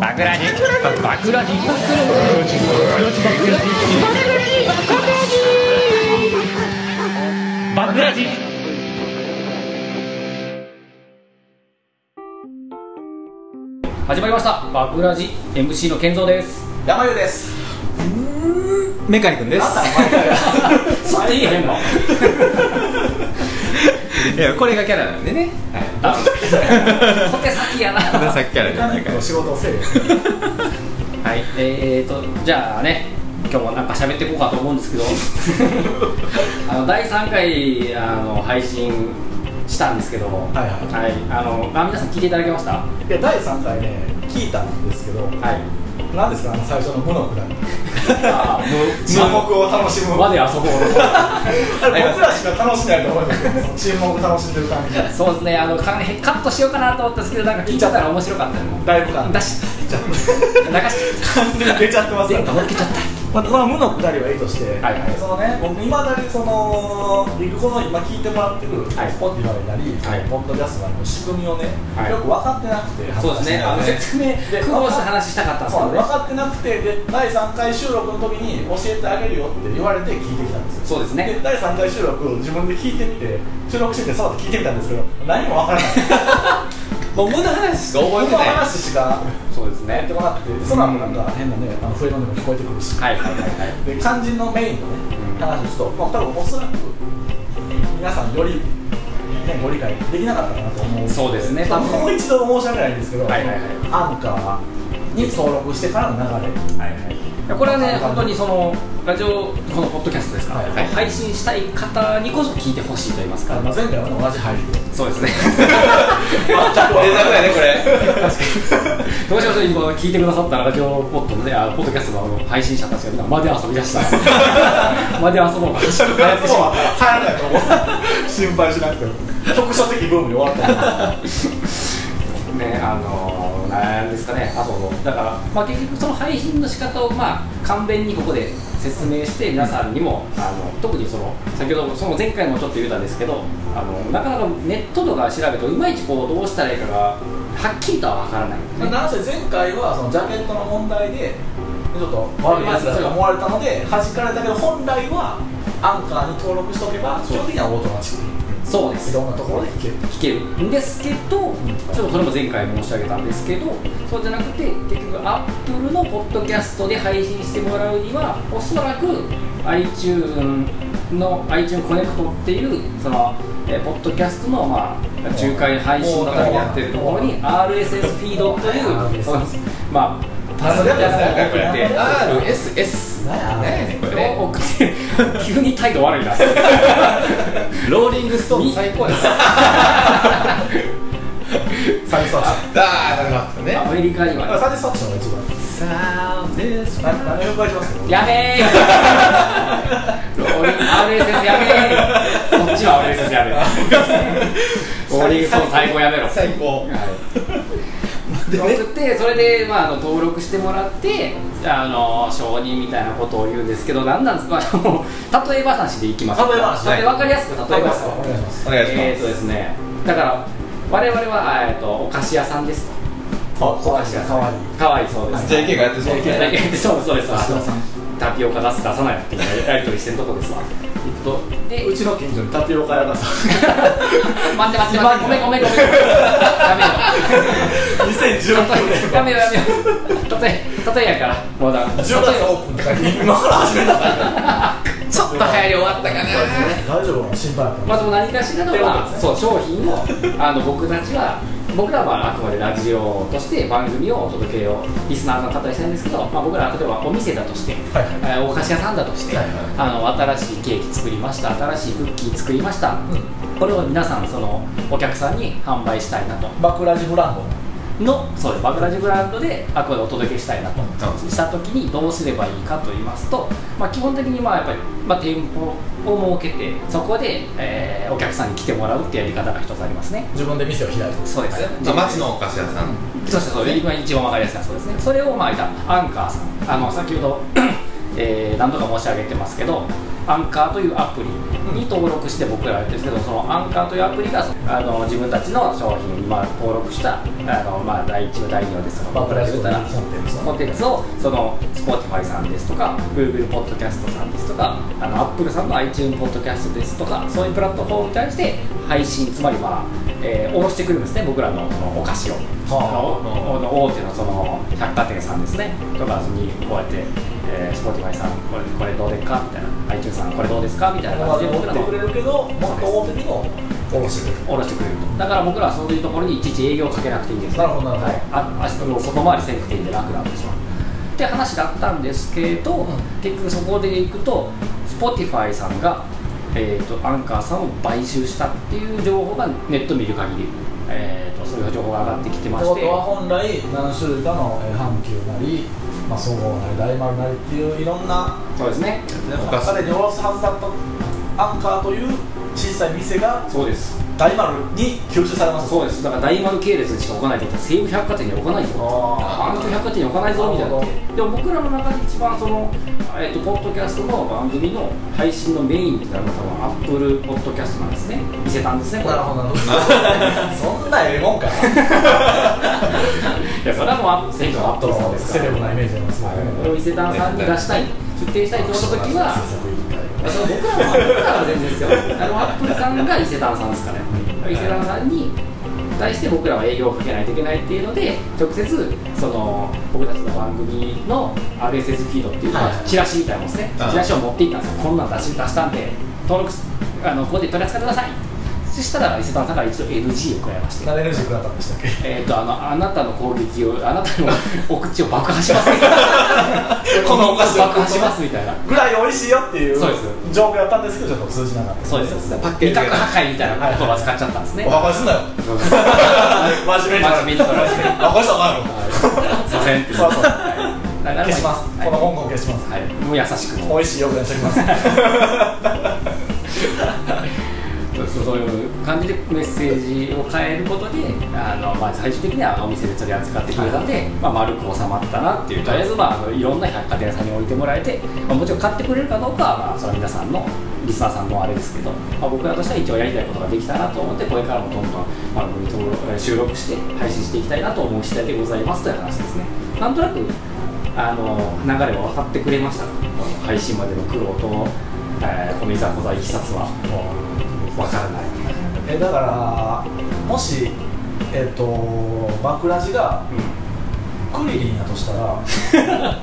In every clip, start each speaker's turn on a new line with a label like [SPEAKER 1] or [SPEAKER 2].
[SPEAKER 1] バクラジバクラジバクラジ
[SPEAKER 2] 始まりましたバクラジ MC の健三です
[SPEAKER 3] 山優です
[SPEAKER 4] メカニ君です
[SPEAKER 2] そってい い変ない
[SPEAKER 4] やこれがキャラなんでね、
[SPEAKER 2] だ 小手先やな
[SPEAKER 4] はい、さっきキャラじゃないから
[SPEAKER 3] の仕事をせえよ
[SPEAKER 2] はいえー、とじゃあね今日もなんか喋っていこうかと思うんで すけどあの第3回あの配信したんですけどはい
[SPEAKER 3] はい
[SPEAKER 2] あのあ皆さん聞いていただけましたはい
[SPEAKER 3] や第3回ね聞いたんですけど
[SPEAKER 2] い
[SPEAKER 3] 何ですかあの最初の「無のくだり
[SPEAKER 2] あー
[SPEAKER 3] 沈黙を楽しむ
[SPEAKER 2] 輪で遊ぼう
[SPEAKER 3] あれ僕らしか楽しんでないと思うんですけどその沈黙を楽しんでる感じ
[SPEAKER 2] そうですねあのかカットしようかなと思ったんですけどなんか聞いちゃったら面白かったの
[SPEAKER 3] ライブ感
[SPEAKER 2] 出し流し
[SPEAKER 3] 完全に出ちゃって ます
[SPEAKER 2] 全部抜けちゃった
[SPEAKER 3] まあ、まあ無のくだりはいいとして、
[SPEAKER 2] はいはい
[SPEAKER 3] そのね、僕、いまだにその、リクコの今聞いてもらってる、
[SPEAKER 2] はい
[SPEAKER 3] スポティファイな
[SPEAKER 2] は
[SPEAKER 3] り、
[SPEAKER 2] い
[SPEAKER 3] ポッドキャストなりの仕組みをね、
[SPEAKER 2] はい
[SPEAKER 3] よく分かってなくて、
[SPEAKER 2] そうですねあの
[SPEAKER 3] 話
[SPEAKER 2] 説
[SPEAKER 3] し
[SPEAKER 2] 明
[SPEAKER 3] なが
[SPEAKER 2] 苦労
[SPEAKER 3] らで
[SPEAKER 2] した話したかったんですけど
[SPEAKER 3] そう
[SPEAKER 2] ね
[SPEAKER 3] 分かってなくてで第3回収録の時に教えてあげるよって言われて聞いてきたんですよ
[SPEAKER 2] そうですね
[SPEAKER 3] で第3回収録自分で聞いてみて収録しててそうだって聞いてみたんですけど何も 分からない
[SPEAKER 4] もう無の話しか
[SPEAKER 3] 僕
[SPEAKER 4] 覚えて
[SPEAKER 3] の
[SPEAKER 4] ない
[SPEAKER 3] 話しか
[SPEAKER 2] そうです
[SPEAKER 3] やって
[SPEAKER 2] ね
[SPEAKER 3] もらっててその後なんか変なねあの笛の音も聞こえてくるし、
[SPEAKER 2] はいはいはいはい
[SPEAKER 3] で肝心のメインのね話すと、まあ、多分おそらく皆さんより、ね、ご理解できなかったかなと思う
[SPEAKER 2] そうですね
[SPEAKER 3] まあもう一度申し訳ないんですけど、
[SPEAKER 2] はいはいはい
[SPEAKER 3] アンカーに登録してからの流れ
[SPEAKER 2] はいはい、これはね、本当にそのラジオ、このポッドキャストですから、
[SPEAKER 3] はいはい
[SPEAKER 2] 配信したい方にこそ聞いてほしいと言いますか、
[SPEAKER 3] あの前回は同じ入りで
[SPEAKER 2] そうですね、
[SPEAKER 4] デザグやねこれ
[SPEAKER 2] どうしましょう、今、聞いてくださったラジオポッドのね、あポッドキャストのあの配信者たちがみんな、まで遊び 出した、まで遊ぼうが、流行ってしまう。
[SPEAKER 3] 流行らないと思う心配しなくても局所的ブームに終わった
[SPEAKER 2] ね、あのなんですかね、あそうそうだから、まあ、結局、その配信の仕方をまあ、簡便にここで説明して、皆さんにも、あの特にその先ほど、その前回もちょっと言ったんですけど、あのなかなかネットとか調べると、いまいちこうどうしたらいいかが、はっきりとは分からない、
[SPEAKER 3] まあなんせ前回はそのジャケットの問題でちょっと悪いやつだと思われたので弾かれたけど本来はアンカーに登録しておけば基本的にはオートマチック
[SPEAKER 2] そうで
[SPEAKER 3] にい
[SPEAKER 2] す。
[SPEAKER 3] ろんなところで弾ける
[SPEAKER 2] 聞けるんですけど、ちょっとそれも前回申し上げたんですけど、そうじゃなくて、結局、アップルのポッドキャストで配信してもらうには、おそらく iTunes の iTunes コネクトっていう、その、えーポッドキャストの、まあ、仲介配信のためにやってるところに、RSS フィードという、そのまあ、パスワード
[SPEAKER 4] なんかこれって
[SPEAKER 2] を
[SPEAKER 4] RSS
[SPEAKER 3] 何や
[SPEAKER 4] 何やねんこれね
[SPEAKER 2] 送って、 急に態度悪いな。
[SPEAKER 4] ローリングストーンズ最高やな
[SPEAKER 3] サティスファクション
[SPEAKER 4] あーなるほどね
[SPEAKER 2] アメリカにはね、
[SPEAKER 3] サティスファクションが一
[SPEAKER 4] サービス
[SPEAKER 3] 番何を呼ばれてますか
[SPEAKER 2] やべえ RSS やべえこっちは RSS やべえオーリングストーン最高やめろ
[SPEAKER 4] 最高
[SPEAKER 2] で送ってそれで、まあ、あの登録してもらってあの承認みたいなことを言うんですけど何なんですかあの例え話でいきます
[SPEAKER 3] 例え話
[SPEAKER 2] で分かりやすく例えます
[SPEAKER 3] お願いします
[SPEAKER 4] お願いします
[SPEAKER 2] えーとですねだから我々は、えー、とお菓子屋さんですと
[SPEAKER 3] あ
[SPEAKER 2] お菓子屋さん
[SPEAKER 3] かわいい
[SPEAKER 2] かわいそうです、
[SPEAKER 4] JK がやってそう
[SPEAKER 2] いやいや
[SPEAKER 4] ね
[SPEAKER 2] いやそうですそうです
[SPEAKER 3] 橋田さん
[SPEAKER 2] タピオカ出す出さないっていうやり取りしてるとこですわえっとで
[SPEAKER 3] うちの近所にタピオカ屋がさ
[SPEAKER 2] 待って待って待ってごめんごめんごめんや
[SPEAKER 3] 2016
[SPEAKER 2] めよやめよやめよたとえたとえやからもうだ
[SPEAKER 3] 10月オープンって書いて今から始めたから
[SPEAKER 4] ちょっと流行り終わったかな
[SPEAKER 3] 大丈夫な心配だった
[SPEAKER 2] まあでも何かしらの、まあ、
[SPEAKER 3] って
[SPEAKER 2] そう商品をあ の僕たちは僕らはあくまでラジオとして番組をお届けをリスナーの方にしたいんですけど、まあ、僕らは例えばお店だとして、
[SPEAKER 3] はいはい
[SPEAKER 2] えーお菓子屋さんだとして、
[SPEAKER 3] はいはい
[SPEAKER 2] あの新しいケーキ作りました新しいクッキー作りました、これを皆さんそのお客さんに販売したいなと
[SPEAKER 3] バクラジブランドの
[SPEAKER 2] のそうですバグラジブランドであくまでお届けしたいなと、
[SPEAKER 4] う
[SPEAKER 2] した時にどうすればいいかと言いますと、まあ、基本的にまあやっぱり、まあ、店舗を設けてそこで、えーお客さんに来てもらうってやり方が一つありますね
[SPEAKER 3] 自分で店を開いて
[SPEAKER 2] そうです、
[SPEAKER 4] まあ町のお菓子屋さん
[SPEAKER 2] そうそうそう、今一番わかりやすいのはそうですね。 それをまあいたアンカーさん、あの先ほどえー何度か申し上げてますけど、アンカーというアプリに登録して僕らはやってるんですけどそのアンカーというアプリがあの自分たちの商品に、まあ、登録したあの、まあ、第1部第2部ですとか
[SPEAKER 3] バックライト
[SPEAKER 2] たら
[SPEAKER 3] コンテンツ
[SPEAKER 2] コンテンツをその Spotify さんですとか Google ポッドキャストさんですとかあの Apple さんの iTunes ポッドキャストですとかそういうプラットフォームに対して配信つまりまあ、えー、下ろしてくるんですね僕らのそのお菓子を、
[SPEAKER 3] は
[SPEAKER 2] あのお大手のその百貨店さんですねとかにこうやって、えー、Spotify さんこれこれどうですかみたいな iTunes さんこれどうですかみたいな感じで
[SPEAKER 3] 持
[SPEAKER 2] 僕ら
[SPEAKER 3] って
[SPEAKER 2] の
[SPEAKER 3] くれるけどもっと大手にも下ろしてくれ
[SPEAKER 2] 下ろしてくれるとだから僕らはそういうところにいちいち営業をかけなくていいんですね
[SPEAKER 3] なるほどなるほど
[SPEAKER 2] はい、ああその外回りせんくていいんで楽なんですよって話だったんですけど、結局そこでいくと Spotify さんが、えー、とアンカーさんを買収したっていう情報がネット見る限り、えー、とそういう情報が上がってきてま
[SPEAKER 3] って
[SPEAKER 2] し
[SPEAKER 3] こ
[SPEAKER 2] て
[SPEAKER 3] とは本来何種類かのえー阪急なり、まあ、総合なり大丸なりっていういろんな
[SPEAKER 2] そうですね
[SPEAKER 4] 他
[SPEAKER 3] 中で下ろすはずだったアンカーという小さい店が
[SPEAKER 2] そうです
[SPEAKER 3] 大丸に吸収されます
[SPEAKER 2] そうですだから大丸系列にしか置かないって言ったら西武百貨店には置かないぞ
[SPEAKER 3] あ
[SPEAKER 2] 阪急百貨店に置かないぞみたいなでも僕らの中で一番その、えっとポッドキャストの番組の配信のメインってなるのは多分アップルポッドキャストなんですね見せたんですね
[SPEAKER 3] ー
[SPEAKER 2] これ
[SPEAKER 3] なるほどなるほどそんなええもんかない
[SPEAKER 2] やそれはもうアップ選挙はアップルさんですか
[SPEAKER 3] セレブなイメージありますよね
[SPEAKER 2] ら伊勢丹さんに出したい出店したいと思った時はその僕らは僕らは全然ですよあのアップルさんが伊勢丹さんですからね伊勢丹さんに対して僕らは営業をかけないといけないっていうので直接その僕たちの番組の RSS フィードっていうのは
[SPEAKER 3] はい
[SPEAKER 2] チラシみたいなもんですね、
[SPEAKER 4] ああ
[SPEAKER 2] チラシを持っていったんですよこんなん出し出したんで登録しあのここで取り扱ってくださいそしたら伊勢丹さんから一度 NG を食らいまして
[SPEAKER 3] 何 NG 食らったんでしたっけ
[SPEAKER 2] えー、とあのあなたの攻撃をあなたのお口を爆破しますみたいな
[SPEAKER 3] このお菓子を
[SPEAKER 2] 爆破しますみたいな
[SPEAKER 3] ぐらい美味しいよっていう
[SPEAKER 2] そうです
[SPEAKER 3] ジョークやったんですけどちょっと通じなかった
[SPEAKER 2] そうです
[SPEAKER 4] パッケージ
[SPEAKER 2] 味
[SPEAKER 4] が
[SPEAKER 2] 覚破壊みたいな言葉を使っちゃったんですね
[SPEAKER 3] お墓すなよ真面目に
[SPEAKER 2] 真面目に取らせて
[SPEAKER 3] お墓したらお
[SPEAKER 2] すいません
[SPEAKER 3] 前も
[SPEAKER 2] って
[SPEAKER 3] そうそう
[SPEAKER 2] だから
[SPEAKER 3] 消します
[SPEAKER 2] は
[SPEAKER 3] こ
[SPEAKER 2] い
[SPEAKER 3] の文言消しま
[SPEAKER 2] は
[SPEAKER 3] す
[SPEAKER 2] い、もう優しく
[SPEAKER 3] 美味しいよぐらいにしときます
[SPEAKER 2] そうそういう感じでメッセージを変えることであの、まあ、最終的にはお店で取り扱ってくれたんで、まあ、丸く収まったなっていうとりあえず、まあ、あのいろんな百貨店さんに置いてもらえて、まあ、もちろん買ってくれるかどうかは、まあ、それは皆さんのリスナーさんのあれですけど、まあ、僕らとしては一応やりたいことができたなと思ってこれからもどんどん番組登録収録して配信していきたいなと思う次第でございますという話ですねなんとなくあの流れは分かってくれましたか配信までの苦労と、えーこのいざこざいきさつはわからない。
[SPEAKER 3] えだからもしえっ、とバクラジがクリリンだとしたら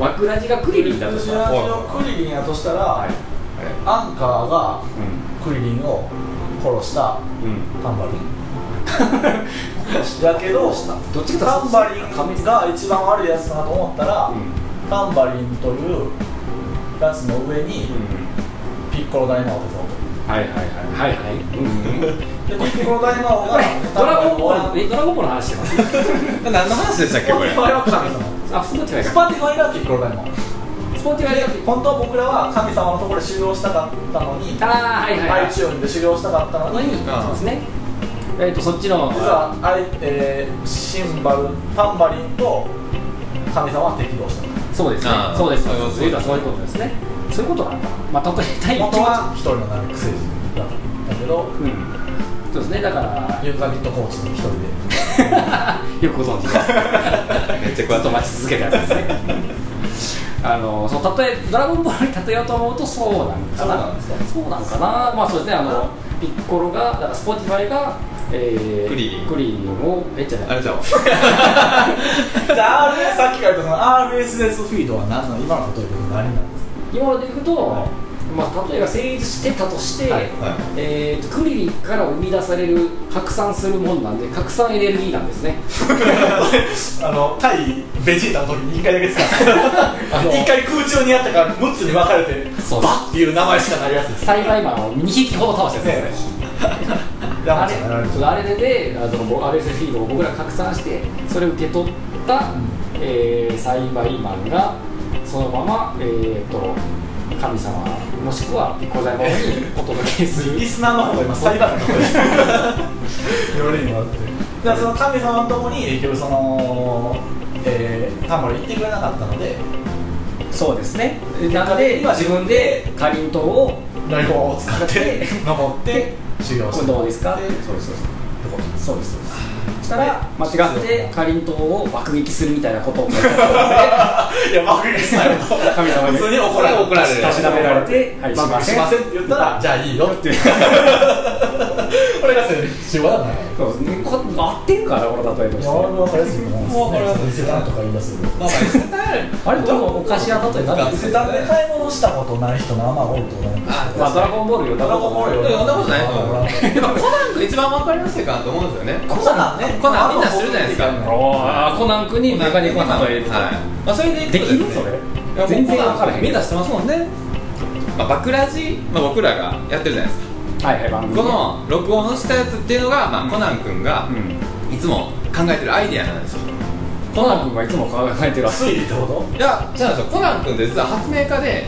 [SPEAKER 2] わくらじがクリリンだとしたら、
[SPEAKER 3] バクラジのクリリンだとしたら、
[SPEAKER 2] はい、
[SPEAKER 3] アンカーが
[SPEAKER 2] う
[SPEAKER 3] クリリンを殺した
[SPEAKER 2] ん、うん、
[SPEAKER 3] タンバリンだけ
[SPEAKER 2] ど
[SPEAKER 3] ど
[SPEAKER 2] っちかと
[SPEAKER 3] タンバリンが一番悪いやつだなと思ったら、
[SPEAKER 2] うん、うん、
[SPEAKER 3] タンバリンというやつの上にピッコロ大魔王と
[SPEAKER 2] はいはいはいはいはい、うん、
[SPEAKER 3] でピッコロ大魔王
[SPEAKER 2] こ
[SPEAKER 3] が
[SPEAKER 2] れドラゴンボ
[SPEAKER 3] タン
[SPEAKER 2] ー
[SPEAKER 3] バリン
[SPEAKER 2] ル、え
[SPEAKER 3] を
[SPEAKER 2] ドラゴンボールの話してます。
[SPEAKER 4] 何の話でしたっけこれ
[SPEAKER 3] スポティファイは神様
[SPEAKER 2] あ、スポーティファ
[SPEAKER 3] ス
[SPEAKER 2] イか。
[SPEAKER 3] パティファイがピッコロ大魔王
[SPEAKER 2] スポーティファイ
[SPEAKER 3] で本当は僕らは神様のところで修行したかったのに、
[SPEAKER 2] が。ああー、はいはい、はい。
[SPEAKER 3] iTunes で修行したかったの
[SPEAKER 2] の
[SPEAKER 3] に
[SPEAKER 2] に、
[SPEAKER 4] あー
[SPEAKER 2] そうですね。えっ、と、そっちの。
[SPEAKER 3] 実はあい、えーシンバルタンバリンと神様は適合した
[SPEAKER 2] そうですね
[SPEAKER 4] あ。ー
[SPEAKER 2] そうです。
[SPEAKER 4] そういうこと
[SPEAKER 2] そういうことはそういうことですね。そういうことなんだ。まあ、例えたい
[SPEAKER 3] 元は一人のナミック星人だったんだけど
[SPEAKER 2] うん。そうですね。だから、
[SPEAKER 3] ユーカリットコーチに一人で
[SPEAKER 2] よくご存知です。
[SPEAKER 4] めっちゃ
[SPEAKER 2] ずっと
[SPEAKER 4] 詳
[SPEAKER 2] 待ち続けたやつですねあのそう例えドラゴンボールに例えようと思うとそうなんかな
[SPEAKER 3] そうなんですか
[SPEAKER 2] そうなんかなまあそうですねあのピッコロがだからスポティファイが、えー
[SPEAKER 4] クリリン
[SPEAKER 2] クリリンをえじゃ
[SPEAKER 4] あ
[SPEAKER 2] ない
[SPEAKER 4] れじゃん
[SPEAKER 3] じゃあ RS さっきから言ったその RSS フィードは何なの今の ことより何なんですか
[SPEAKER 2] 今までいくと、まあ、例えば成立してたとして、
[SPEAKER 3] はい
[SPEAKER 4] はい
[SPEAKER 2] えーとクリリンから生み出される拡散するもんなんで拡散エネルギーなんですね
[SPEAKER 3] あの対ベジータの時に1回だけ使っ た
[SPEAKER 2] の
[SPEAKER 3] 1回空中にあったから6つに分かれて
[SPEAKER 2] そう
[SPEAKER 3] バッっていう名前しかないやつです
[SPEAKER 2] 栽培マンを2匹ほど倒してるんですねあれあれで、あの、アレフィードを僕ら拡散して、それを受け取った、えー、栽培マンが、そのまま、えー、と、神様、もしくは、ピッコロ大魔王にお届けする。
[SPEAKER 3] リスナーの方が今裁判の方ですよ りにもあってだからその神様のとこに結局その、えー、タンバリン行ってくれなかったので
[SPEAKER 2] そうですねなので
[SPEAKER 3] 今
[SPEAKER 2] 自分でかりんとうを
[SPEAKER 3] ライフを使って登って修行し
[SPEAKER 2] こ
[SPEAKER 3] て
[SPEAKER 2] れどうですか
[SPEAKER 3] そうですそうですってことです
[SPEAKER 2] そうですそうですそしたら間違ってかりんとうを爆撃するみたいなことを
[SPEAKER 3] い や、爆撃されると
[SPEAKER 2] 神様に
[SPEAKER 3] 普通に怒られる
[SPEAKER 4] 怒られる
[SPEAKER 2] たしなめられてはい
[SPEAKER 3] まあまあ
[SPEAKER 2] し
[SPEAKER 3] し
[SPEAKER 2] ま
[SPEAKER 3] ま
[SPEAKER 2] せ
[SPEAKER 3] せ
[SPEAKER 2] ん
[SPEAKER 3] んって言ったらじゃあいいよっていう これがそれしばらない
[SPEAKER 2] そうですねこ合ってるかなこの例えとして
[SPEAKER 3] 分かりやすいと思うんですよね伊勢丹とか言い出すなんか伊勢丹
[SPEAKER 2] あれどのお菓子屋だとになって
[SPEAKER 3] 伊勢丹で買い物したことない人まあまあおると思います
[SPEAKER 2] まあドラゴンボールよ
[SPEAKER 3] ドラゴンボールよ
[SPEAKER 4] でもそんなことないと
[SPEAKER 3] ドラゴンボ
[SPEAKER 4] 思うでもコナ
[SPEAKER 3] ール
[SPEAKER 4] ン君一番わかりやすいかなと思うんですよね
[SPEAKER 3] コナンね
[SPEAKER 4] コナンみんなするじゃないですか
[SPEAKER 2] ああコナン君にメカニック
[SPEAKER 4] コナン
[SPEAKER 2] を例えると
[SPEAKER 4] はいまあそれでいくと
[SPEAKER 2] できる
[SPEAKER 4] です
[SPEAKER 2] それ
[SPEAKER 4] ねいやもう
[SPEAKER 2] 全然
[SPEAKER 4] コナン
[SPEAKER 2] 分からへん
[SPEAKER 4] みんなしてますもんねまあバクラジまあ僕らがやってるじゃないですか
[SPEAKER 2] はいはい番組
[SPEAKER 4] この録音したやつっていうのがまあコナン君がいつも考えてるアイデアなんですよ
[SPEAKER 2] コナン君がいつも考えてる
[SPEAKER 3] 推理ってこと
[SPEAKER 4] いや、違うんですよ、コナン君って実は発明家 で、
[SPEAKER 2] 違うよ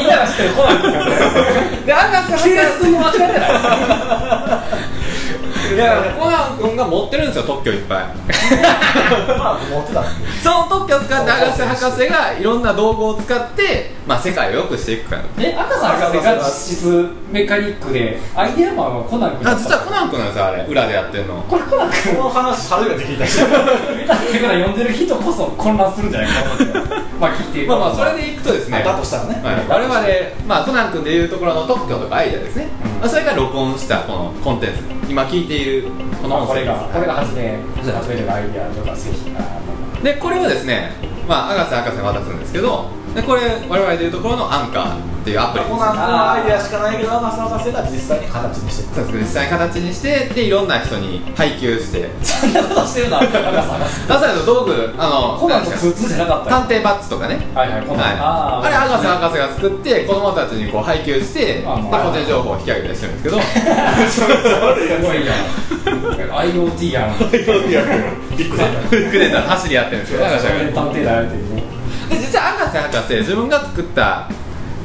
[SPEAKER 2] みんなが知ってるコナン君
[SPEAKER 4] で、あんな発明
[SPEAKER 2] 性質も間違えてない
[SPEAKER 4] いや、コナン君が持ってるんですよ、特許いっぱい。
[SPEAKER 3] まあ持ってたんで
[SPEAKER 4] その特許を使って、博士博士がいろんな道具を使って、まあ、世界を良くしていくから。
[SPEAKER 2] え赤さん博士が実質メカニックでアイデアマンはコナン君だ
[SPEAKER 4] あ、
[SPEAKER 2] った
[SPEAKER 4] 実はコナン君なんですよ、あれ、裏でやってるの。
[SPEAKER 2] これコナン君
[SPEAKER 3] この話初めて 聞いた人
[SPEAKER 2] メカニックから呼んでる人こそ混乱するんじゃないかなまあ聞いて
[SPEAKER 4] まあまあ、それでいくとですね、
[SPEAKER 3] だとしたらね
[SPEAKER 4] はい、我々、まあ、コナン君でいうところの特許とかアイデアですね、まあ、それが録音したこのコンテンツ、今聞いているこ
[SPEAKER 2] こ
[SPEAKER 4] の
[SPEAKER 2] のこ
[SPEAKER 4] 音声
[SPEAKER 2] れ
[SPEAKER 4] です
[SPEAKER 2] がこれが発明
[SPEAKER 4] そう
[SPEAKER 2] 発明とかアイ デアとか製品が
[SPEAKER 4] でこれをですね、まあ、アガセ博士に渡すんですけどでこれ我々でいうところのアンカーっていうアプリです
[SPEAKER 3] コナンのアイデアしかないけど長澤博士が実際に形にして
[SPEAKER 4] そうですね実際に形にしてでいろんな人に配給 して
[SPEAKER 2] そんなことしてるな赤さん博士
[SPEAKER 4] アガセの道具あの
[SPEAKER 2] コナンと
[SPEAKER 4] なんですか
[SPEAKER 2] 通通じゃなかったよ
[SPEAKER 4] 探偵バッジとかね
[SPEAKER 2] はいはいコナン
[SPEAKER 4] あ
[SPEAKER 2] ー
[SPEAKER 4] れアガセ博士が作って子供たちにこう配給してで
[SPEAKER 2] あも
[SPEAKER 4] 個
[SPEAKER 2] う
[SPEAKER 4] 人情報を引き上げたりしてるんですけど
[SPEAKER 2] すごいやん IoT やん
[SPEAKER 3] ビッグデータ
[SPEAKER 4] クレーター走り合ってるんですけどアガセ博士
[SPEAKER 2] 探偵だよっていうね
[SPEAKER 4] で実は赤瀬博士自分が作った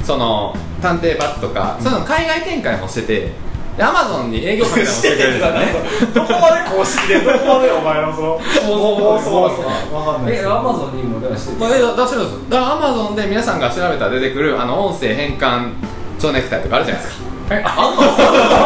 [SPEAKER 4] その探偵バッジとか、そういうの海外展開もしててでアマゾンに営業かけたりもしてくれるんですよね
[SPEAKER 3] どこまで公式でどこまでお前のそ
[SPEAKER 2] そ
[SPEAKER 3] の
[SPEAKER 2] う
[SPEAKER 3] そうそうわかんないです
[SPEAKER 2] えアマゾンにも出して
[SPEAKER 4] まあ、え出してるんですだからアマゾンで皆さんが調べたら出てくるあの音声変換蝶ネクタイとかあるじゃないですか
[SPEAKER 2] え アマ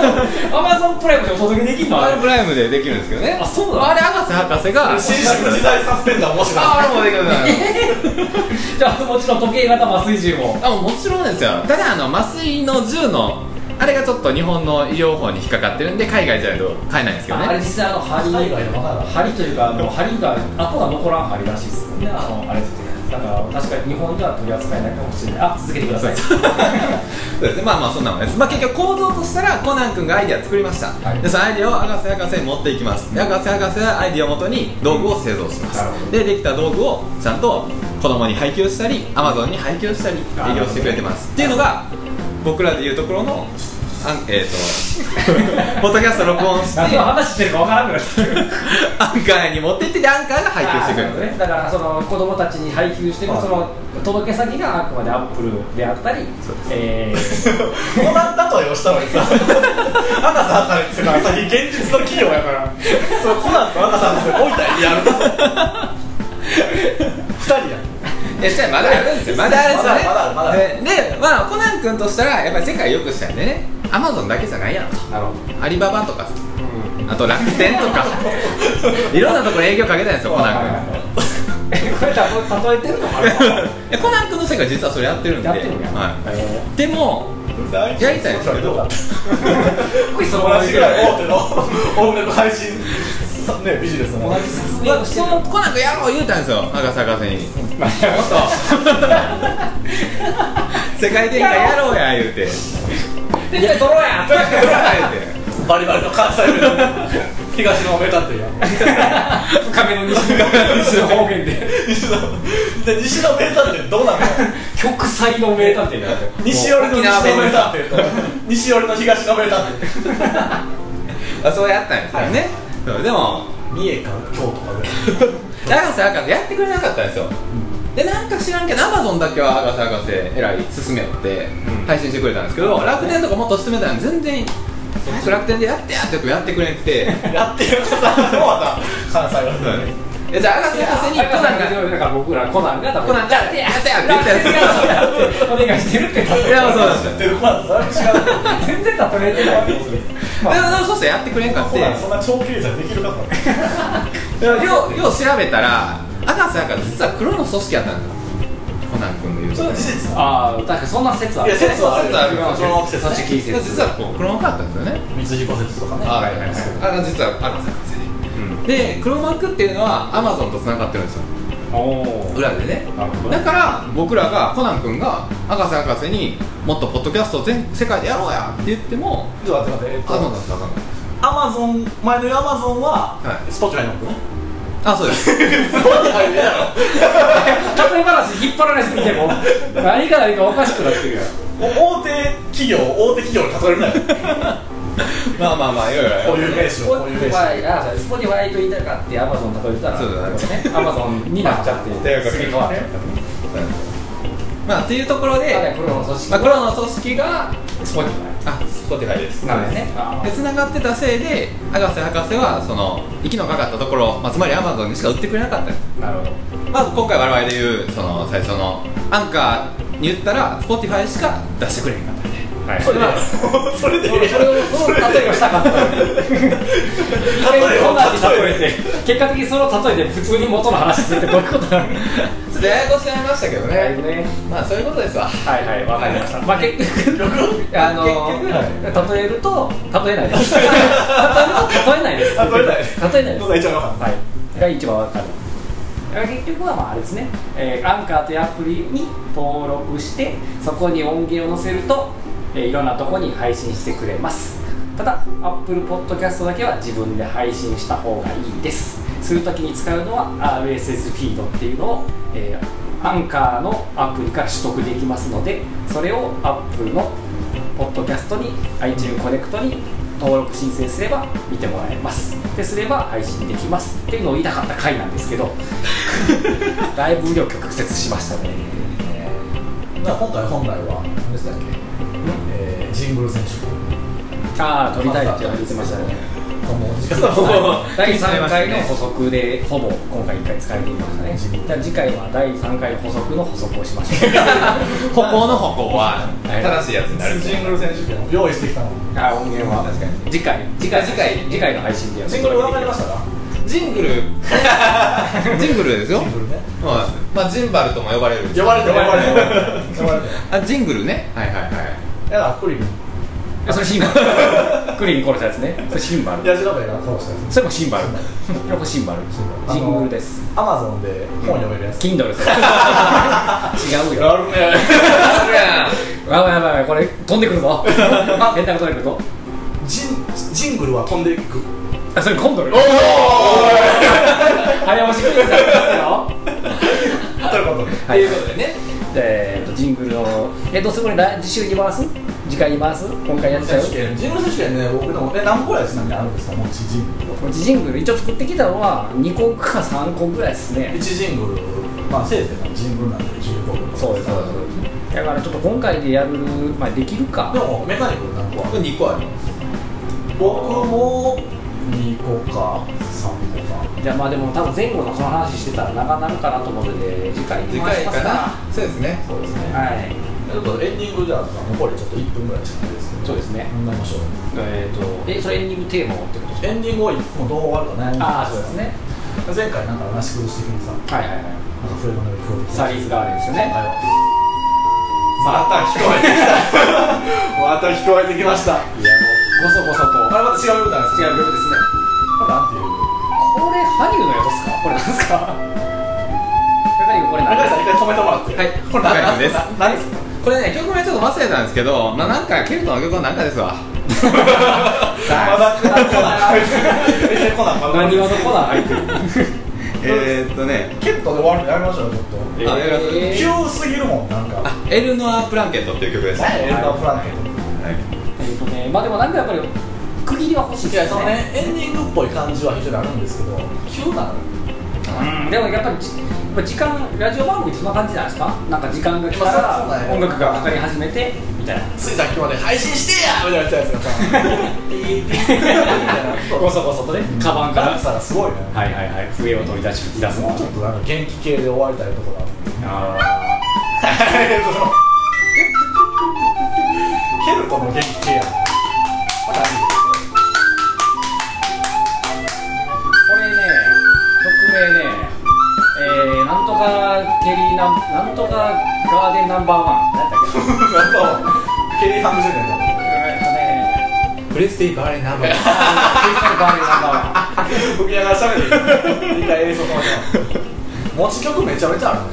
[SPEAKER 2] ゾンアマゾンプライムでお届けできんの
[SPEAKER 4] あれプライムでできるんですけどね
[SPEAKER 2] あそうなの
[SPEAKER 4] あれ赤瀬博士が
[SPEAKER 3] 新宿時代サスペンダー面白い
[SPEAKER 4] ああれもできるんだよ
[SPEAKER 2] じゃあもちろん時計型麻酔銃も
[SPEAKER 4] あもうもちろんですよただあの麻酔の銃のあれがちょっと日本の医療法に引っかかってるんで海外じゃないと買えないんですけどね
[SPEAKER 2] あれ実際あの針
[SPEAKER 3] 海外の方だ
[SPEAKER 2] 針というかあの針が跡が残らん針らしいですもんねあのあれってだから確かに日本では取り扱えないかもしれないあ続けてください
[SPEAKER 4] そうですねまあまあそんなもんです、まあ、結局構造としたらコナン君がアイデア作りました、
[SPEAKER 2] はい
[SPEAKER 4] でそのアイデアをアガセ博士に持っていきますでアガセ博士はアイデアをもとに道具を製造しま
[SPEAKER 2] なるほ
[SPEAKER 4] すでできた道具をちゃんと子供に配給したりアマゾンに配給したり
[SPEAKER 2] あー
[SPEAKER 4] 営業してくれてますっていうのが僕らでいうところのあんえー、とポッドキャスト録音して
[SPEAKER 2] 何の
[SPEAKER 4] アン
[SPEAKER 2] 話してるかわからんくなってる
[SPEAKER 4] カーに持ってってでアンカーが配給してくれるんですね
[SPEAKER 2] だからその子供たちに配給してるその届け先があくまでアップルであったりえー
[SPEAKER 3] コナンだとは吉田のにさ赤さんからってさ先現実の企業やからそうコナンと赤さんって置いたりやる二人や
[SPEAKER 4] えしたいまだあるんですよまだあるんですよね
[SPEAKER 3] まだまだまだある
[SPEAKER 4] ででまあコナン君としたらやっぱり世界良くしたいんでねアマゾンだけじゃないやろと
[SPEAKER 2] なるほど
[SPEAKER 4] アリババとかさあと楽天と かいろんなところ営業かけたんですよコナン君
[SPEAKER 2] え これ例えてるのか な
[SPEAKER 4] えコナン君の世界実はそれやってるんで
[SPEAKER 2] やってるんや
[SPEAKER 4] は
[SPEAKER 2] え
[SPEAKER 4] い、でもやりたいんですけど
[SPEAKER 2] ーこいつその
[SPEAKER 3] 同じぐ
[SPEAKER 2] ら
[SPEAKER 3] らい大手の音楽配信ねビジネスの
[SPEAKER 2] 同じ説明をして
[SPEAKER 4] そ
[SPEAKER 2] る
[SPEAKER 4] のコナン君やろう言うたんですよ赤坂博士にもっ と世界展開やろう や言うて
[SPEAKER 2] でじゃあ取ろうや
[SPEAKER 4] やろうや言うて
[SPEAKER 3] バリバリの関西弁東のメタっていうやん
[SPEAKER 2] 深めの西の西の方言で
[SPEAKER 3] 西ので西の名探偵ど うなの
[SPEAKER 2] 極彩の名探偵だよ
[SPEAKER 3] 西寄りの
[SPEAKER 4] 沖
[SPEAKER 3] 西
[SPEAKER 4] 縄弁
[SPEAKER 3] の名探偵と西寄りの東の名探偵
[SPEAKER 4] あそうやったんですよね、そうでも
[SPEAKER 3] 三重か京都かで
[SPEAKER 4] 博士博士やってくれなかったんですよ、でなんか知らんけどアマゾンだけは博士博士えらい勧めって配信してくれたんですけど、楽天とかもっと勧めたのに全然楽天でやってやってやってくれなくて
[SPEAKER 3] やってる方もまた関西の人で
[SPEAKER 4] えじゃあ赤瀬博士にコナンが
[SPEAKER 2] がだから僕らコナンが多分
[SPEAKER 4] コナンがやってやってやって言ったやつ
[SPEAKER 2] お願いしてるって言った
[SPEAKER 4] いやそうです
[SPEAKER 3] でもまあそれは違う
[SPEAKER 2] 全然例えてないよ
[SPEAKER 4] でもそうしたらやってくれんかっ
[SPEAKER 3] コ
[SPEAKER 4] て
[SPEAKER 3] ナ ンそんな長経済できるか と思って
[SPEAKER 4] ようよう調べたら赤瀬博士実は黒の組織やったんだコナン君の言う
[SPEAKER 3] そ
[SPEAKER 4] と
[SPEAKER 3] れ
[SPEAKER 4] ね
[SPEAKER 3] は事実なの
[SPEAKER 2] ああ確かにそんな説あ
[SPEAKER 3] い
[SPEAKER 2] る
[SPEAKER 3] や説はあるその
[SPEAKER 2] 立
[SPEAKER 3] 説は
[SPEAKER 2] ち聞い
[SPEAKER 4] 実はこう黒幕だったんですよね
[SPEAKER 3] 密彦説とかね
[SPEAKER 4] あはいはいはいあの実は赤瀬博士ねで黒幕っていうのはアマゾンとつながってるんですよ
[SPEAKER 2] おお
[SPEAKER 4] 裏でね
[SPEAKER 2] なるほど
[SPEAKER 4] だから僕らがコナン君が赤瀬博士にもっとポッドキャストを全世界でやろうやって言っても
[SPEAKER 3] ちょっと待って待ってえ
[SPEAKER 4] ア
[SPEAKER 3] っ
[SPEAKER 4] マゾン
[SPEAKER 3] と
[SPEAKER 4] だったらあかんない
[SPEAKER 3] アマゾン前のアマゾンは
[SPEAKER 4] はい
[SPEAKER 3] スポットライトのことね
[SPEAKER 4] あそうです
[SPEAKER 2] 例え話引っ張られすぎても何か何かおかしくなってるやん
[SPEAKER 3] お大手企業大手企業に例えるなよ
[SPEAKER 4] まあまあまあいろいろ
[SPEAKER 3] こういう名詞をこういう名詞
[SPEAKER 2] スポティファイと言いたかってアマゾン例えたら
[SPEAKER 4] そうだね
[SPEAKER 2] アマゾンになっちゃって
[SPEAKER 4] というわけです
[SPEAKER 2] ぐ変わっちゃったね
[SPEAKER 4] まあっていうところ
[SPEAKER 2] ただ
[SPEAKER 4] で、
[SPEAKER 2] 黒の組織
[SPEAKER 4] まあ、黒の組織が
[SPEAKER 2] スポティファ
[SPEAKER 4] あスポティファイです
[SPEAKER 2] イなんでね
[SPEAKER 4] で繋がってたせいで赤瀬博士はその息のかかったところ、まあ、つまりアマゾンにしか売ってくれなかったんです
[SPEAKER 2] なるほど
[SPEAKER 4] まあ、今回我々で言うその最初のアンカーに言ったら Spotify しか出してくれへんかったみたいな
[SPEAKER 1] はい
[SPEAKER 3] それでそれで
[SPEAKER 2] それをその例えをしたかった一回
[SPEAKER 3] 例えを
[SPEAKER 2] コナンに例えて結果的にその例えで普通に元の話するってこういうことなの
[SPEAKER 4] ちょっとややこしになりましたけど
[SPEAKER 2] だいぶ
[SPEAKER 4] ね
[SPEAKER 2] ね
[SPEAKER 4] まあそういうことですわ
[SPEAKER 2] はいはいわかりましたまあ結局あの例えると例えないです例えないです
[SPEAKER 3] 例えない
[SPEAKER 2] 例えないです
[SPEAKER 3] 野田一番わかんない
[SPEAKER 2] はい、が一番わかる。だから結局はまああれですね、えーアンカーというアプリに登録して、そこに音源を載せると、えーいろんなとこに配信してくれます。ただ、Apple Podcast だけは自分で配信した方がいいです。するときに使うのは RSS フィードっていうのを、えーアンカーのアプリから取得できますので、それを Apple のポッドキャストに iTunes コネクトに登録申請すれば見てもらえますですれば配信できますっていうのを言いたかった回なんですけ どだいぶ紆余曲折しましたね
[SPEAKER 3] だから今回本来は何でしたっけえージングル選手
[SPEAKER 2] ああ撮りたいって言ってましたね
[SPEAKER 3] もう時間がもう
[SPEAKER 2] 第3回の補足でほぼ今回1回使えていましたねじゃあ次回は第3回補足の補足をしましょう
[SPEAKER 4] 歩行の歩行は正しいやつになるんで
[SPEAKER 3] ジングル選手権を用意してきたの
[SPEAKER 2] あー音源は確かに次回次回次回次回の配信でやる
[SPEAKER 3] ジングル分かりましたか
[SPEAKER 4] ジングル ジングルですよ
[SPEAKER 3] ジングルね
[SPEAKER 4] はいまあジンバルとも呼ばれるんです
[SPEAKER 3] 呼ばれてる呼ばれてる呼ばれてる
[SPEAKER 4] あジングルねはいはいはい
[SPEAKER 3] いやだからクリム
[SPEAKER 2] あ それシンバルクリーン殺したやつねそれシンバル
[SPEAKER 3] ヤジロベが殺したや
[SPEAKER 2] それもシン バル。これもシンバル。
[SPEAKER 3] つ
[SPEAKER 2] ジングルです。
[SPEAKER 3] アマゾンで本読めるやつ
[SPEAKER 2] Kindle それ違うよ。
[SPEAKER 3] るね
[SPEAKER 2] やばいやばいやばいこれ飛んでくる ぞ。あ変態が飛んでくるぞ。
[SPEAKER 3] ジンジングルは飛んでいく
[SPEAKER 2] あそれコンドル。おお。 早押しクイズですよ。
[SPEAKER 3] ということで
[SPEAKER 2] ということでね。えーとジングルをえどうするこれ来次週に回す？次回に回す？今回やっちゃう？
[SPEAKER 3] ジングル選手権ね僕でもね何個ぐらいちなみにあるんですかもう一ジングル
[SPEAKER 2] これジングル一応作ってきたのは2個か3個ぐらいですね。
[SPEAKER 3] 1ジングルまあせいぜいジングルなんで15分とか
[SPEAKER 2] そうです。そうですだからちょっと今回でやるまあできるか
[SPEAKER 3] で。もメカニック何個あ
[SPEAKER 4] こ
[SPEAKER 3] る
[SPEAKER 4] れ2個あります
[SPEAKER 3] 僕も2個か3個か
[SPEAKER 2] じゃあまあでも多分前後のこの話してたら長なるかなと思うので次回
[SPEAKER 4] 次回かなそうですね
[SPEAKER 3] そうです
[SPEAKER 2] なはい
[SPEAKER 3] ねちょっとエンディングじゃあ残りちょっと1分ぐらいしかないですけ
[SPEAKER 2] そ
[SPEAKER 3] ど
[SPEAKER 2] うですね
[SPEAKER 3] 考えましょう
[SPEAKER 2] えっ、とえそれエンディングテーマをってことです
[SPEAKER 3] エンディングを1本どう終わるかね
[SPEAKER 2] かああそうですね
[SPEAKER 3] 前回なんかなし崩し的にさなん
[SPEAKER 2] は
[SPEAKER 3] か
[SPEAKER 2] いはいはい
[SPEAKER 3] フレームの曲
[SPEAKER 2] サリーズガーデンですよね
[SPEAKER 3] また聞こえてき たまた聞こえてきました
[SPEAKER 2] いやごそごそと
[SPEAKER 3] あれまた違う曲なんです
[SPEAKER 2] 違う曲ですね
[SPEAKER 3] これなんていう
[SPEAKER 2] これハリウのやつですかこれなんですか ハリウこれ何
[SPEAKER 3] 中井
[SPEAKER 2] で
[SPEAKER 3] さん一回止めてもらって
[SPEAKER 4] はい
[SPEAKER 3] これ何
[SPEAKER 4] 中井です
[SPEAKER 3] な何ですか
[SPEAKER 4] これね曲名ちょっと忘れたんですけどまあなんかケルトの曲の中ですわ
[SPEAKER 3] まだコナンコナンえコナンまだ
[SPEAKER 2] 何をどこだ入ってる
[SPEAKER 4] えーっとね
[SPEAKER 3] ケットで終わるのやめましょうよちょっと
[SPEAKER 4] あやります
[SPEAKER 2] えー
[SPEAKER 3] 急すぎるもんなんか
[SPEAKER 4] エルノア・プランケットっていう曲です
[SPEAKER 3] 何やエルダープラネ
[SPEAKER 4] はい
[SPEAKER 2] えっとねまあでもなんかやっぱり区切りは欲しい
[SPEAKER 3] ットい
[SPEAKER 2] で
[SPEAKER 3] や
[SPEAKER 2] す
[SPEAKER 3] その
[SPEAKER 2] ね
[SPEAKER 3] ねエンディングっぽい感じは非常にあるんですけど急なの
[SPEAKER 2] うんでもやっぱりじやっぱ時間ラジオ番組ってそんな感じじゃないですかなんか時間が来た
[SPEAKER 3] まあそうそうだ
[SPEAKER 2] ら
[SPEAKER 3] よ
[SPEAKER 2] 音楽がかかり始めてみたいな
[SPEAKER 3] ついさっきまで配信してやみたいなやつやつがさピーピーみたいな
[SPEAKER 2] ごそごそとねカバンか
[SPEAKER 3] ダン
[SPEAKER 2] ら
[SPEAKER 3] サーがすごいね
[SPEAKER 2] はいはいはい笛を取り出し吹き出す
[SPEAKER 3] もうちょっとなんか元気系で終わりたいところだ
[SPEAKER 2] あ
[SPEAKER 3] ケルトの元気系やんまだあ
[SPEAKER 2] ーこれね曲名ねえー、なんとかケリーナンなんとかガーデンナンバーワン何だっ け
[SPEAKER 3] るよやっぱケリー半周年だもん
[SPEAKER 2] えーっとね
[SPEAKER 4] プレスティバーレナブル
[SPEAKER 2] クリスタルガーデンナンバーワン
[SPEAKER 3] 吹きながらしゃべる一回映像止めて持ち曲めちゃめちゃあるね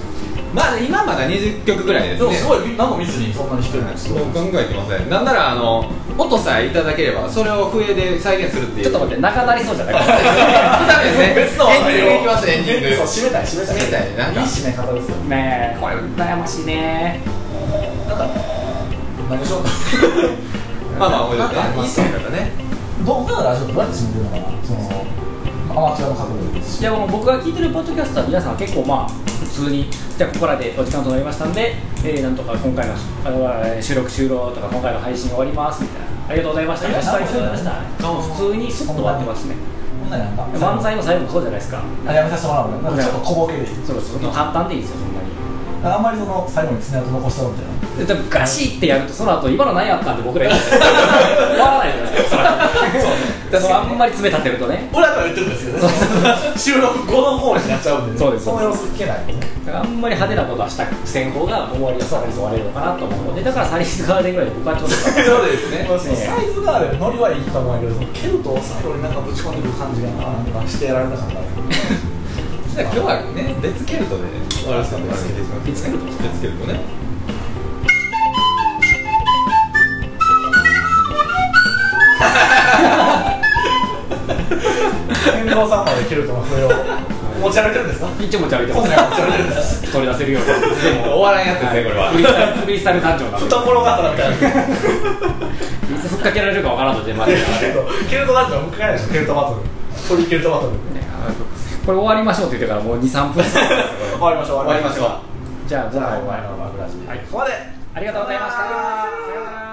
[SPEAKER 4] まあ今まだ20曲ぐらいです
[SPEAKER 3] で
[SPEAKER 4] ね
[SPEAKER 3] もすごい何も見ずにそんなに弾けるのす
[SPEAKER 4] そう
[SPEAKER 3] ご
[SPEAKER 4] 考
[SPEAKER 3] い
[SPEAKER 4] えてませんなんならあの音さえいただければそれを笛で再現する っていう
[SPEAKER 2] ちょっと待って仲なりそうじゃ ない
[SPEAKER 4] ダメですね
[SPEAKER 3] 別の
[SPEAKER 4] エンディングいきますエンディング
[SPEAKER 3] そう締めたい締めたい
[SPEAKER 4] 締めたいなんか
[SPEAKER 3] いい締め方ですよ
[SPEAKER 2] ねえこれ羨ましいね
[SPEAKER 3] なんか何でしょう
[SPEAKER 4] まあまあ覚えておいて
[SPEAKER 3] なん
[SPEAKER 4] ねい
[SPEAKER 3] かい
[SPEAKER 4] い
[SPEAKER 3] い
[SPEAKER 4] っすねね
[SPEAKER 3] どっかのラジオどうやって締めてるのかなそのアマチュアの角度で
[SPEAKER 2] いやもう僕が聞いてるポッドキャストは皆さん結構まあ普通にじゃあここらでお時間となりましたんで、えーなんとか今回のあのえー収録終了とか今回の配信終わりますみたいなありがとうございました
[SPEAKER 3] いや
[SPEAKER 2] ありがとうございました
[SPEAKER 3] なんも
[SPEAKER 2] 普通にスッと終わってますね
[SPEAKER 3] こんなんやんか
[SPEAKER 2] 漫才の最後もそうじゃないですか
[SPEAKER 3] あやめさせてもらおうねなんかちょっと小ボケでいい
[SPEAKER 2] そうそうもう簡単でいいですよそんなに
[SPEAKER 3] あんまりその最後に爪痕残したのみたいな
[SPEAKER 2] で多分ガシってやるとその後今の何やったんで僕ら言う終わらないじゃないです かそれでもあんまり詰め立てるとね
[SPEAKER 3] 俺らから言ってるんですけどね収録後の方になっちゃうんで
[SPEAKER 2] そうです
[SPEAKER 3] その様子聞けないもんね
[SPEAKER 2] だからあんまり派手なことはしたくせん方が終わりはさらに終われるのかなと思うのでだからサリスガーデンぐらいで僕はちょっと
[SPEAKER 4] そうですね
[SPEAKER 3] まあそのサイズがあるノリはいいと思うんやけどそのケルトを最後になんかぶち込んでくる感じがなんかしてやられたかっ
[SPEAKER 4] じ
[SPEAKER 3] た
[SPEAKER 4] ゃあ今日はね別ケルトで終わらせてもらっていいですか
[SPEAKER 2] 別ケルト
[SPEAKER 4] 別ケルトね
[SPEAKER 3] 天童さんまでケルトの笛を持ち歩いてるんですか
[SPEAKER 2] 一応持ち歩いてます
[SPEAKER 3] 今回持ち歩いてるんです
[SPEAKER 2] 取り出せるように
[SPEAKER 4] 終わらんやつですねこれは
[SPEAKER 2] クリスタルクリスタル誕生なんで
[SPEAKER 3] 懐刀みたいな
[SPEAKER 2] いつふっかけられるかわからんのでまだ
[SPEAKER 3] ケルトケルトなんて向かないでしょケルトバトル鳥ケルトバトル
[SPEAKER 2] これ終わりましょうって言ってからもう23分
[SPEAKER 3] 終わりましょう
[SPEAKER 4] 終わりましょう
[SPEAKER 2] じゃあじゃあ
[SPEAKER 3] 前のマグラジ
[SPEAKER 2] はい
[SPEAKER 3] ここまで
[SPEAKER 2] ありがとうございましたさようなら